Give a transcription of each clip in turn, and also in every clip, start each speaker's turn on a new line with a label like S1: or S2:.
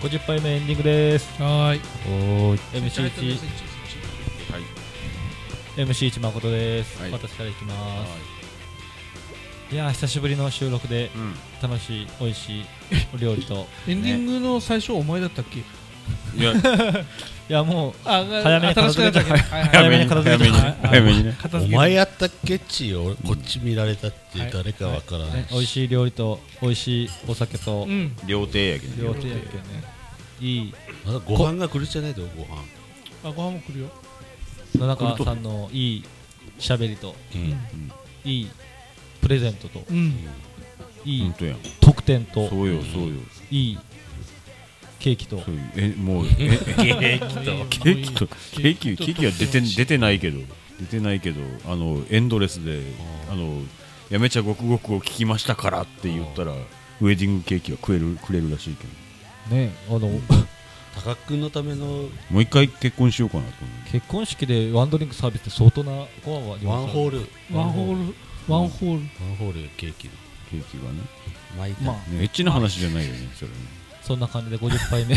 S1: 50杯目エンディングです
S2: はーい。
S1: おーい
S2: チャレンジ
S1: MC1
S3: はい
S1: MC1 誠です、
S3: はい
S1: 私からいきますいやー久しぶりの収録で
S3: うん
S1: 楽しい美味しいお料理と
S2: エンディングの最初お前だったっけ？
S3: いや
S1: いやもう
S2: あ、
S1: 早めに
S2: 新
S1: 片
S2: しくな
S1: 付
S2: っ
S1: け
S2: たっ
S1: ちゃう
S2: けど。はいはい
S1: 早めに片付けちゃう
S2: はい
S3: 早めにね
S2: 片
S4: お
S2: 付け
S4: 前
S2: て。
S4: やったっけっち俺こっち見られたっていう誰かわからない
S1: ね美味しい料理と美味しいお酒と
S2: うん。
S3: 料亭やけど
S1: 料亭やけどねいい
S4: まだご飯が来るじゃないだよご飯
S2: あ、ご飯も来るよ。
S1: 野中さんのいい喋りと
S4: うん
S1: いいプレゼントと
S2: うん。
S1: いい
S3: 本当やん
S1: 特典と
S3: そうよそうよ
S1: いいケーキと
S3: そういうえ もうえ
S4: えー
S3: ケーキとケーキケーキは出て出てないけど出てないけどあのエンドレスであのやめちゃごくごくを聞きましたからって言ったらウェディングケーキは食えるくれるらしいけど
S1: ねあの
S4: 高くんのための
S3: もう一回結婚しようかなと思
S1: 結婚式でワンドリンクサービスって相当なご飯は
S4: ワンホール
S2: ワンホール、ワンホール。
S4: ワンホールケーキの
S3: うケーキはね
S4: 巻いた
S1: まあ
S3: ねエッチな話じゃないよねそれね
S1: そんな感じで50杯 目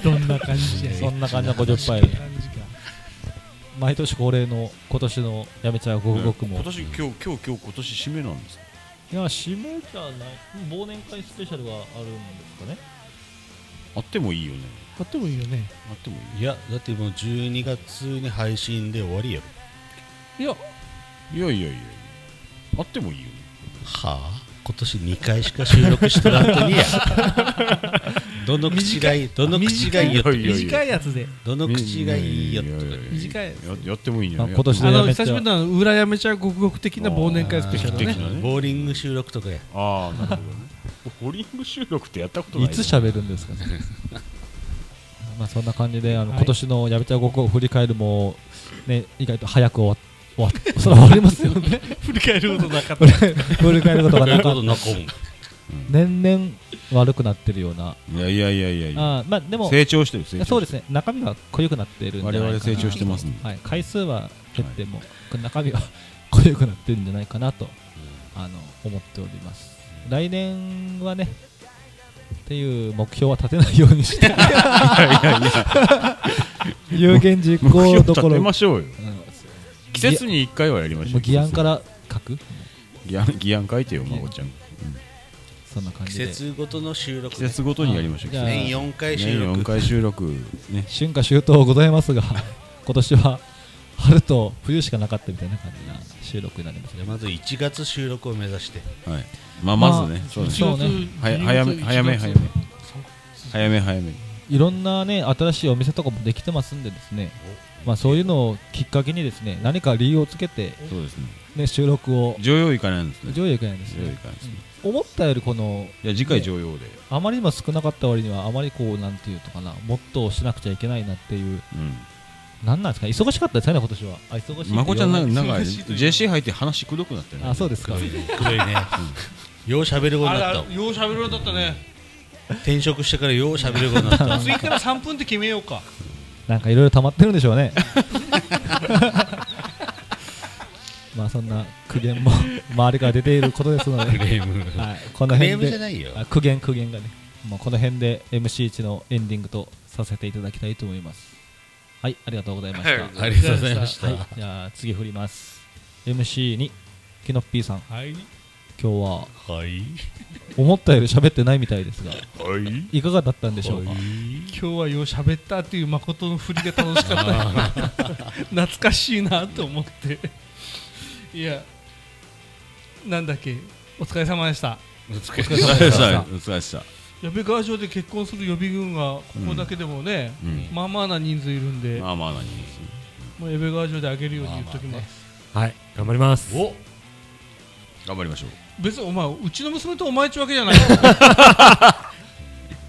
S2: どんな感 じや。
S1: そんな感じの50杯目毎年恒例の今年のやめちゃうごくごくも
S3: 今年今日今日今日今年締めなんです
S1: いや締めじゃない忘年会スペシャルがあるんですかね
S3: あってもいいよね
S2: 買ってもいいよね。
S3: あってもいい
S4: いやだってもう12月に配信で終わりやろ
S2: いや、
S3: いやいやいやあってもいいよね
S4: はあ今年2回しか収録しとらんとにやどの口がいいどの口がいいよ
S3: 短い
S2: 短いやつで。
S4: どの口がいいよ
S3: ややや
S2: 短い
S3: ややってもいいんじゃない
S1: あ今年
S2: あ
S1: や
S2: の
S1: めちゃ
S2: 久
S1: う
S2: しぶりの裏やめちゃうごくごく的な忘年会スペシャルだ
S3: あ
S2: ね。
S3: ー
S4: ボーリング収録とかや
S3: ああなるほどね ホリング収録ってやったことない
S1: い
S3: よ
S1: つ喋るんですかね まあそんな感じであの、
S2: はい
S1: 今年のやめちゃうごくごくを振り返るもね意外と早く終わっ終わ っそれは終わりますよね
S2: 振り返ることなか った。
S1: 振り返ることが
S4: そうい
S1: なか
S4: うこ
S1: った
S4: となこん
S1: 年々悪くなってるようない
S3: やいやいやいやいや
S1: あーまあでも
S3: 成長してる成長
S1: そうですすね中身は濃ゆくなってるんじゃない
S3: 我
S1: かな
S3: 々成長してますね
S1: はい、回数は減っても、中身は濃ゆくなってるんじゃないかなとあの思っております来年はねっていう目標は立てないようにして有言実
S3: 目標
S1: 行どこ
S3: 立
S1: ろ
S3: てましょう
S1: う
S3: よ
S1: ん
S3: 季節に一回はやりましょ
S1: も
S3: う
S1: う議案から書く
S3: 議案議案書いてよまこちゃん
S1: そんな感
S4: 季
S1: じで
S4: 節ごとの収録
S3: 季節ごとにやりましょう
S1: じゃあ
S4: 年4回
S3: 年
S4: 収
S3: 4
S4: 録
S3: 回収録ね
S1: 春夏秋冬ございますが今年は春と冬しかなかったみたいな感じな収録になります
S4: じゃあまず1月収録を目指して
S3: はいまあまずね
S1: まあ
S3: そうです
S1: そうね
S3: はや早め早め早め早め早め
S1: いろんなね新しいお店とかもできてますんでですね、まあ、そういうのをきっかけにですね何か理由をつけて、
S3: そうですね
S1: ね、収録を
S3: 常用行かないんですね
S1: 上映いけないんです
S3: 常用行
S1: ね
S3: かないですね
S1: 思ったよりこの
S3: いや次回常用で
S1: あまりにも少なかった割にはあまりこうなんていうのかなもっとしなくちゃいけないなっていう
S3: うん
S1: なんなんですか忙しかったですよね今年はあ忙しいって言わ
S3: ま
S1: ない
S3: こちゃんなんかなんか
S2: 忙しいというか
S3: JC 入って話くどくなって
S1: あそうですか
S4: 黒いねよう喋るようになったわ
S2: よう喋るようだった ね。
S4: 転職してからよう喋るようになったわ
S2: 次から3分って決めようか。
S1: なんかいろいろ溜まってるんでしょうねまあそんな苦言も周りから出ていることですので
S4: クレーム
S1: はい、この
S4: クレー
S1: 辺
S4: ムじゃ
S1: で
S4: ないよ
S1: あ苦言苦言がね、まあ、この辺で MC1 のエンディングとさせていただきたいと思いますはいありがとうございました、はい、
S4: ありがとうございました
S1: じゃあ次振ります MC にキノッピーさん
S2: はい。
S1: 今日は
S4: はい
S1: 思ったより喋ってないみたいですが
S3: はい
S1: いかがだったんでしょうか
S2: 今日はよう喋ったっていう誠の振りが楽しかった よ懐かしいなと思っていやなんだっけお疲れ様でした
S4: お 疲れ
S3: お疲れ様でした。お疲れ様でした。
S2: 予備ガーで結婚する予備軍がここだけでもね、
S3: うん
S2: まあまあな人数いるんで、
S3: まあまあ何。
S2: もう予備ガーであげるように言っときます、
S5: はい、頑張ります。
S4: お
S3: 頑張りましょ
S2: 別にお前うちの娘とお前っちゅうわけじゃない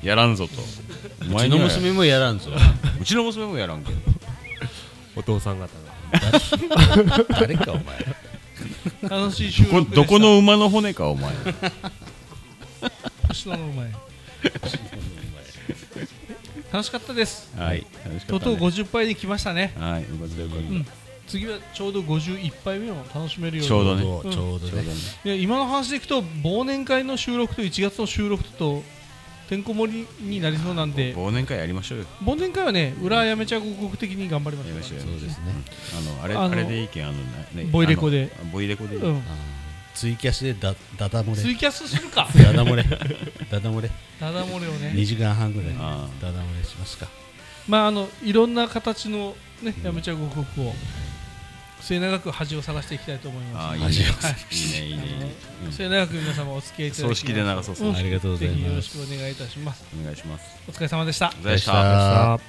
S3: う。やらんぞと。お
S4: うち
S3: に
S4: の
S3: は
S4: 娘もやらんぞ
S3: うちの娘もやらんけど。
S5: お父さん方が。
S4: 誰かお前
S2: 楽しい収
S3: こ
S2: 録でした
S3: どこの馬の骨かお 前。
S2: 星野のお前楽しかったです
S3: はい。楽しか
S2: とう
S3: った
S2: とう
S3: ね
S2: 50杯に来ましたね
S3: はい。よかったよかっ
S2: うん次はちょうど51杯目を楽しめるように
S3: ちょうどね
S4: そうちょうど
S3: た。ちょう
S4: ね
S3: どね
S2: いや今の話でいくと忘年会の収録と1月の収録とてんこ盛りになりそうなんで
S3: 忘年会やりましょうよ
S2: 忘年会はね裏やめちゃご国的に頑張りま
S3: や
S2: し
S3: り
S2: ょう
S3: ましょうよ
S4: そうですね
S3: あのあれ
S2: あ
S3: あ
S2: の
S3: れでいいけんあの、ね、
S2: ボイレコで
S3: あのボイレコでいい、
S2: うん
S4: あーツイキャスでだダダ漏
S2: ツ
S4: れ
S2: イキャスする か
S4: ダダ漏れ ダダ漏れ
S2: ダダ漏れをね
S4: 2時間半ぐらい
S3: あ
S4: ダダ漏れしますか
S2: まああのいろんな形のねやめちゃご国を末永く恥を探していきたいと思い
S3: あ
S2: ま
S3: あいいね
S4: 味を
S3: いいねいいねいいね
S2: す、末永く皆様お付き合いいただき
S3: 葬式で流そう
S2: うん
S4: ありがとうござ
S2: ぜ
S4: い
S2: ひよろ
S4: ま
S2: し
S4: す
S2: くお願いいたします
S3: お願いします
S2: お疲れ様でした
S3: お疲れ様でした
S4: あ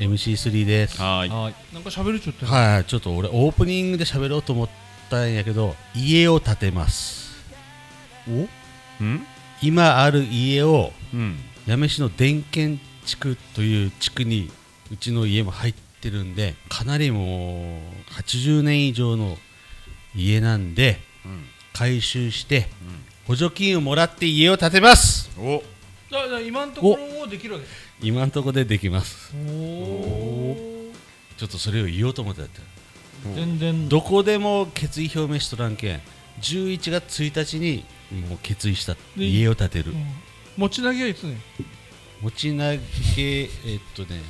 S4: MC3 ですは
S3: はーい
S1: はい
S2: なんか喋るちょっと
S4: いちょっと俺オープニングで喋ろうと思ったんやけど家を建てますお
S3: うん
S4: 今ある家を
S3: うん
S4: 八女市の電賢地区という地区にうちの家も入ってるんでかなりもう80年以上の家なんで回収して補助金をもらって家を建てます
S3: うんお
S2: じゃあじゃあ今のところをできるわけです
S4: 今んとこでできます
S2: おお
S4: ちょっとそれを言おうと思ってた
S1: 全然
S4: どこでも決意表明しとらんけん11月1日にもう決意した
S2: で
S4: 家を建てる
S2: 持ち投げはいつね
S4: 持ち投げえっとねえっとね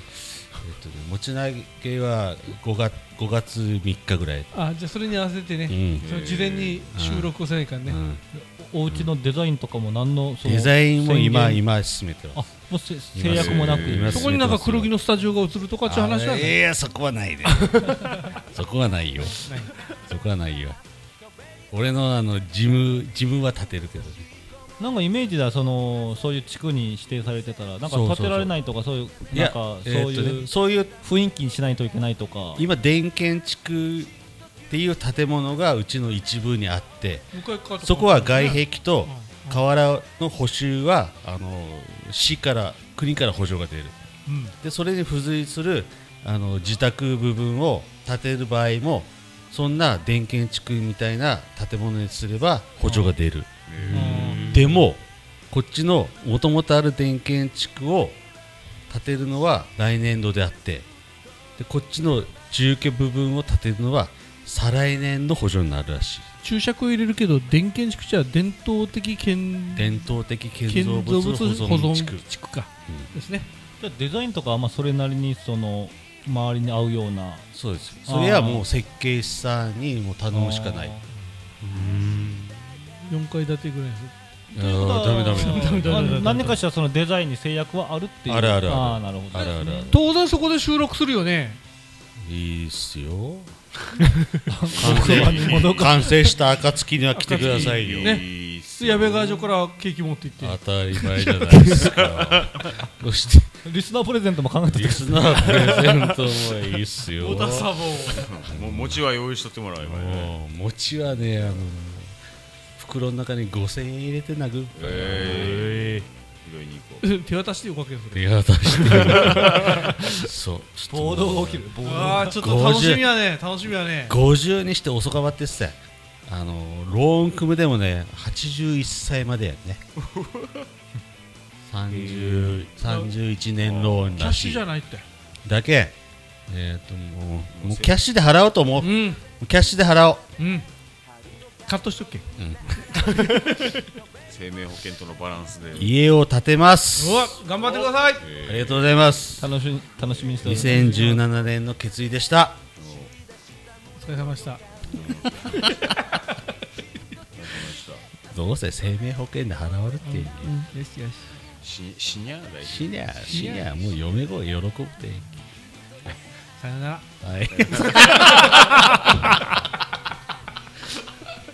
S4: 持ち投げは5月 ,5 月3日ぐらい、
S2: あじゃあそれに合わせてね、
S4: うん
S2: その事前に収録をせないからね、
S4: うん
S1: お家のデザインとかも何のその
S4: デザインも今
S1: 宣言
S4: 今進めて
S1: あ
S4: ます
S1: もうせ制約もなく
S3: い
S4: ます
S2: そこになんか黒木のスタジオが映るとかっていう話は
S4: あ
S2: ね、
S4: いやそこはないでそこはないよそこはないよ俺のあのジムジムは建てるけどね
S1: なんかイメージだそのそういう地区に指定されてたらなんか
S4: そうそうそう
S1: 建てられないとかそういう
S4: い
S1: な
S4: や
S1: んかそう
S4: えーっとね
S1: いう、
S4: そういう
S1: 雰囲気にしないといけないとか
S4: 今電建地区っていう建物がうちの一部にあって
S2: 向かい側とか
S4: そこは外壁と
S2: うん
S4: 瓦の補修はあの市から国から補助が出る
S2: うん
S4: でそれに付随するあの自宅部分を建てる場合もそんな電建地区みたいな建物にすれば補助が出るでもこっちのもともとある電建地区を建てるのは来年度であってでこっちの住居部分を建てるのは再来年の補助になるらしい
S2: 注釈を入れるけど電建築地は伝統的建
S4: 伝統的建
S2: 建
S4: 造
S2: 造
S4: 物
S2: 物
S4: 保
S2: 保
S4: 存
S2: 存
S4: 地
S2: 地
S4: 区
S2: 区か、ですね
S1: じゃあデザインとかはまあそれなりにその周りに合うような
S4: そうですそれはもう設計士さんにもう頼むしかない
S2: 4階建てぐらいです
S4: あーダメダメダメ
S2: ダメダメダ
S1: まあ
S2: メ
S1: 何年かしらそのデザインに制約はあるっていう
S4: あるあるあ
S1: ー
S4: る
S1: なるほど
S4: あるあるある
S2: 当然そこで収録するよね
S4: いいっ すよ
S1: 僕は物
S4: 完成した暁には来てくださいよ
S2: ね
S3: いいっす
S2: 矢
S3: よ
S2: 部川所からケーキ持って行って
S4: 当たり前じゃないです かそして
S1: リスナープレゼントも考えて
S4: リ
S1: て
S4: スナープレゼントもいいっすよ
S2: 小田サボ
S3: もう餅は用意しとってもらえばね
S4: もう餅はねあの袋の中に5000円入れて殴る
S3: ええ拾いに行こう
S2: 手渡しておかけそれ
S4: 手渡 してるそうちょっと
S1: 暴動が起きる暴動
S2: ああちょっと楽しみやね楽しみやね
S4: 50にして遅かばってっすあのローン組むでもね81歳までやね 30 31年ローン
S2: キャ
S4: ら
S2: ッシ
S4: し
S2: ュ
S4: い
S2: じゃないって
S4: だけえっ、ともうもうキャッシュで払おうと思う、
S2: う
S4: も
S2: ん
S4: うキャッシュで払おう
S2: うんカットしとっけ
S3: 生命保険とのバランスで
S4: 家を建てます
S2: うわ頑張ってください
S4: ありがとうございます
S1: 楽しみ楽しみにしております
S4: 2017年の決意でした
S2: お疲れ様でした
S4: どうせ生命保険で払われていうね
S2: よしよし
S3: し死にゃあ大丈
S4: 死にゃ死にゃもう嫁子喜ぶて
S2: さよなら
S4: はい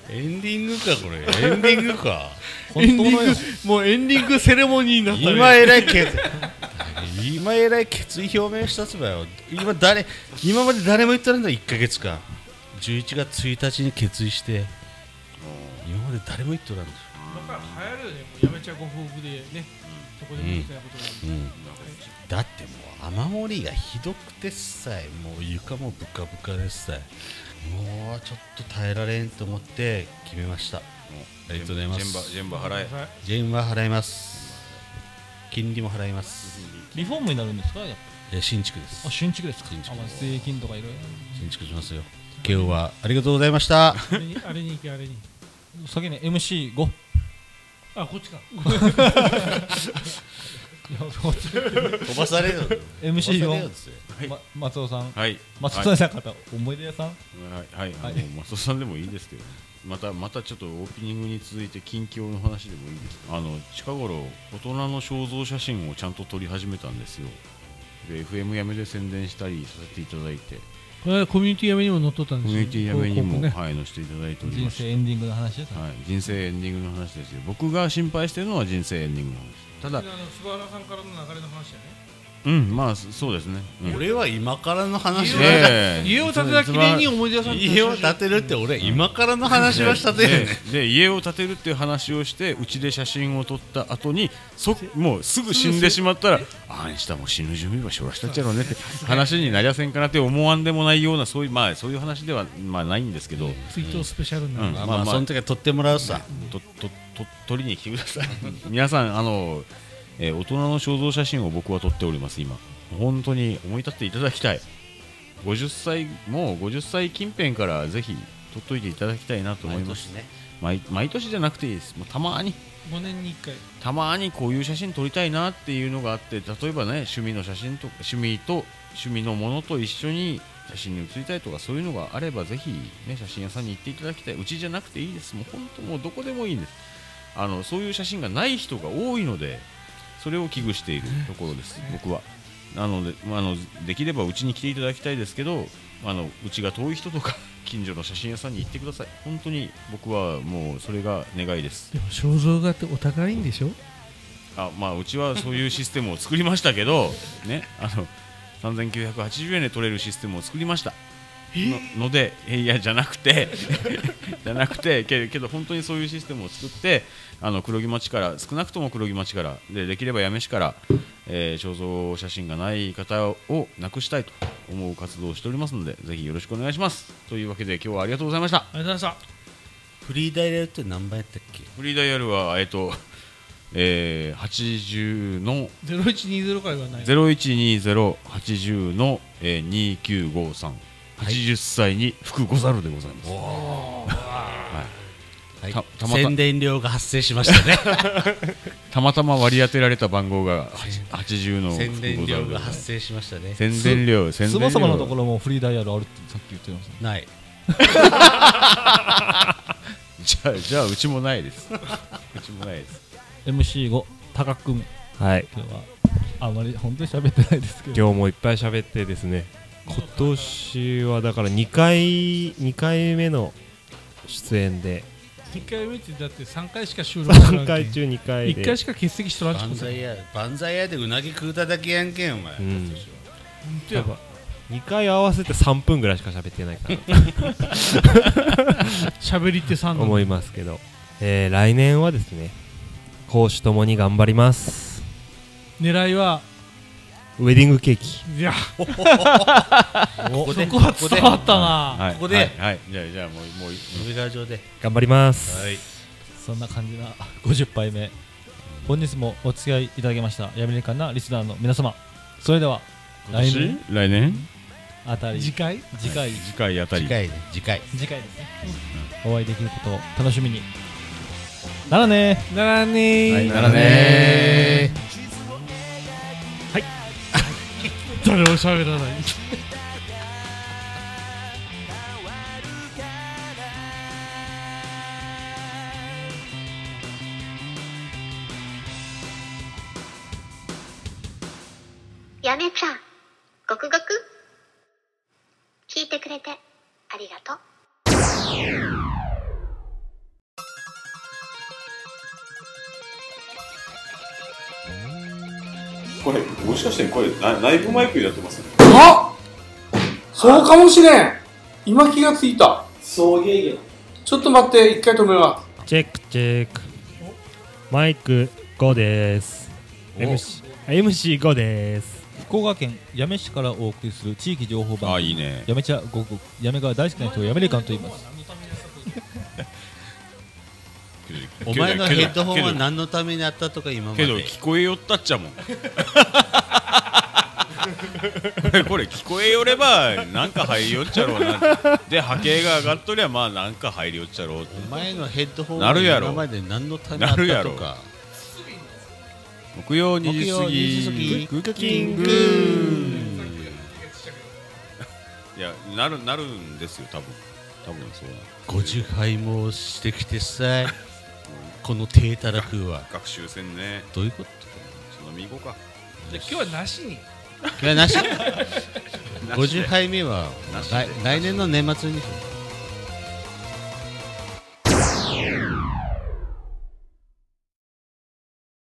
S4: エンディングかこれエンディングか
S1: 本当のよ
S2: もうエンディングセレモニーになった
S4: 今えらい決今えらい決意表明したつばよ今誰今まで誰も言ってないんだ1ヶ月間11月1日に決意して今まで誰も言っとらんだ
S2: だから流行るよねもうやめちゃご夫婦でねそこでみたいなことが
S4: だってもう雨漏りがひどくてっさえもう床もブカブカでっさえもうちょっと耐えられんと思って決めました
S3: 夫
S4: ありがとうございます
S3: ジェンバジェンバ払え
S2: はい
S4: ジェーンは払います金利も払います
S1: リフォームになるんですかやっ
S4: いや新築で
S1: ぱあ
S4: す
S1: 新築ですか
S4: 新築
S1: あまあ税金とかいろい
S4: 新築しますよ今日 はありがとうございました
S2: あれにあれに行けあれに
S1: ろ先に MC5
S2: あこっちか
S4: 飛ばされるの
S1: MC
S4: 飛ばされる
S1: の
S4: んですよ
S3: はい
S1: ま松尾さん
S3: はい
S1: 松尾さん方思い出屋さん
S3: はいはいあの松尾さんでもいいですけどまたまたちょっとオープニングに続いて近況の話でもいいですあの近頃大人の肖像写真をちゃんと撮り始めたんですよで FM やめで宣伝したりさせていただいて
S2: これコミュニティやめにも乗っとったん
S3: コ
S2: です
S3: ミ
S2: よ
S3: ュニティやめにも、
S2: 広告ね
S3: はい載せていただいており
S1: 人
S3: まして
S1: 生エンディングの話です
S3: はい、人生エンディングの話ですよ僕が心配してるのは人生エンディングの話ただ
S2: あの菅原さんからの流れの話やね
S3: うんまあそそうですね、うん
S4: 俺は今からの話を
S3: ええ
S2: 家を建てたきれいに思い出さんと
S4: 家を建てるって俺今からの話はしたてる
S3: で
S4: ね
S3: で家を建てるっていう話をしてうちで写真を撮った後にそもうすぐ死んでしまったらあんしたもう死ぬ準備はしょらしたっちゃろうねって話になりゃせんかなって思わんでもないようなそういう,、まあ、そういう話では、まあ、ないんですけど、うん
S2: 追悼スペシャルになる
S3: ま
S4: ま
S3: あ
S4: あ
S3: ま
S4: ま
S3: あ
S4: あその時は撮ってもらうさ
S3: ととと撮りに来てください 皆さんあの、えー大人の肖像写真を僕は撮っております今本当に思い立っていただきたい50歳もう50歳近辺からぜひ撮っといていただきたいなと思います
S4: ね
S3: 毎毎年じゃなくていいですもうたまに
S2: 5年に1回
S3: たまにこういう写真撮りたいなっていうのがあって例えばね趣味の写真と趣味と趣味のものと一緒に写真に写りたいとかそういうのがあればぜひ、ね、写真屋さんに行っていただきたいうちじゃなくていいですもう本当もうどこでもいいんですあのそういう写真がない人が多いのでそれを危惧しているところです、僕はなのでまああのできればうちに来ていただきたいですけどあのうちが遠い人とか近所の写真屋さんに行ってください本当に僕はもうそれが願いです
S2: でも肖像画ってお高いんでしょ
S3: あまあうちはそういうシステムを作りましたけ どねあの3980円で取れるシステムを作りましたののでえいやじゃなくて じゃなくてけけど本当にそういうシステムを作ってあの黒木町から少なくとも黒木町からでできれば八女市から、えー肖像写真がない方をなくしたいと思う活動をしておりますのでぜひよろしくお願いしますというわけで今日はありがとうございました
S2: ありがとうございまし
S4: フリーダイヤルって何番やったっけ
S3: フリーダイヤルはえっと、えー、80の
S2: た0120から言わない
S3: ゼロ一二ゼロ八十の二九五三八十歳に福ござるでございます。
S4: はい
S3: たたまた
S4: 宣伝料が発生しましたね
S3: たまたま割り当てられた番号が八十の
S4: 宣伝
S3: 福ござ
S4: 料
S3: るでご
S4: が
S3: ざいま
S4: 発
S3: す。
S4: 生しましたね
S3: 宣伝料宣伝料。
S1: そもそものところもフリーダイヤルあるってさっき言ってましたね
S4: ない
S3: じゃあじゃあうちもない です。うちもないです。
S1: MC5 高久君
S5: はい
S1: 今日はあまり本当に喋ってないですけど
S5: 今日もいっぱい喋ってですね今年はだから2回2回目の出演で
S2: 1回目ってだって3回しか収録してない
S5: 3回中2回で
S2: 1回しか欠席しとらんちこ
S4: 万
S2: と
S4: 歳屋万歳屋でうなぎ食うただけやんけんお前、
S5: うん
S4: 今年は
S5: やっぱ2回合わせて3分ぐらいしか喋ってないかな
S2: 喋りって3
S5: と思いますけど、えー来年はですね講師ともに頑張ります
S2: 狙いは
S5: ウェディングケーキ
S2: いや
S4: ここで
S2: ここは
S4: ここで
S2: 伝わったな
S3: はい
S4: ここで
S3: はいはいじゃあじゃあもうもう
S4: 上側上では
S5: 頑張ります、
S4: い
S1: そんな感じな50杯目本日もお付き合いいただきましたやめれかなリスナーの皆様それでは
S3: 今
S1: 来
S3: 年
S1: 年
S3: 来年
S1: あたり
S2: 次回
S1: 次回
S3: 次回あたり
S4: 次回ね次回
S1: 次回ですねお会いできることを楽しみにならね
S2: ならねー、
S3: はいなら
S4: ねー
S2: 誰も喋らない
S6: やめちゃん、ごくごく聞いてくれてありがとう。
S7: これ、もしかしてこれ、な内部マイクになってます
S8: あそうかもしれん今気がついた
S9: 送迎業
S8: ちょっと待って一回止めま
S5: チェックチェックマイク5です
S3: お
S5: MC MC5 です
S1: 福岡県八女市からお送りする地域情報番
S3: あ
S1: 組
S3: いいね。
S1: やめちゃごくやめが大好きな人をやめれかんと言います
S4: お前の
S3: けど
S4: ヘッドホンは
S3: けど
S4: 何のためにあったとか今ま
S3: け
S4: で
S3: ど聞こえよったっちゃもん。これ聞こえよればなんか入りよっちゃろうなで波形が上がっとりゃまあなんか入りよっちゃろうって
S4: お前のヘッドホン
S3: なるやろ
S4: 今まで何のためあっ
S3: なるや
S4: たと
S3: ろ
S4: か
S3: 木曜2時過
S4: 木曜2時
S3: ぎ
S4: 過ぎ
S3: クッキングいやなるなるんですよ多分多分そうだ
S4: 50杯もしてきてさこの低たらくは
S3: 学習戦ね
S4: どういうこと
S3: そのみ行こうか
S2: じゃあ今日はなしに
S4: いやなし
S3: なしで
S4: 50杯目は
S3: なしで
S4: 来来年の年末にしよう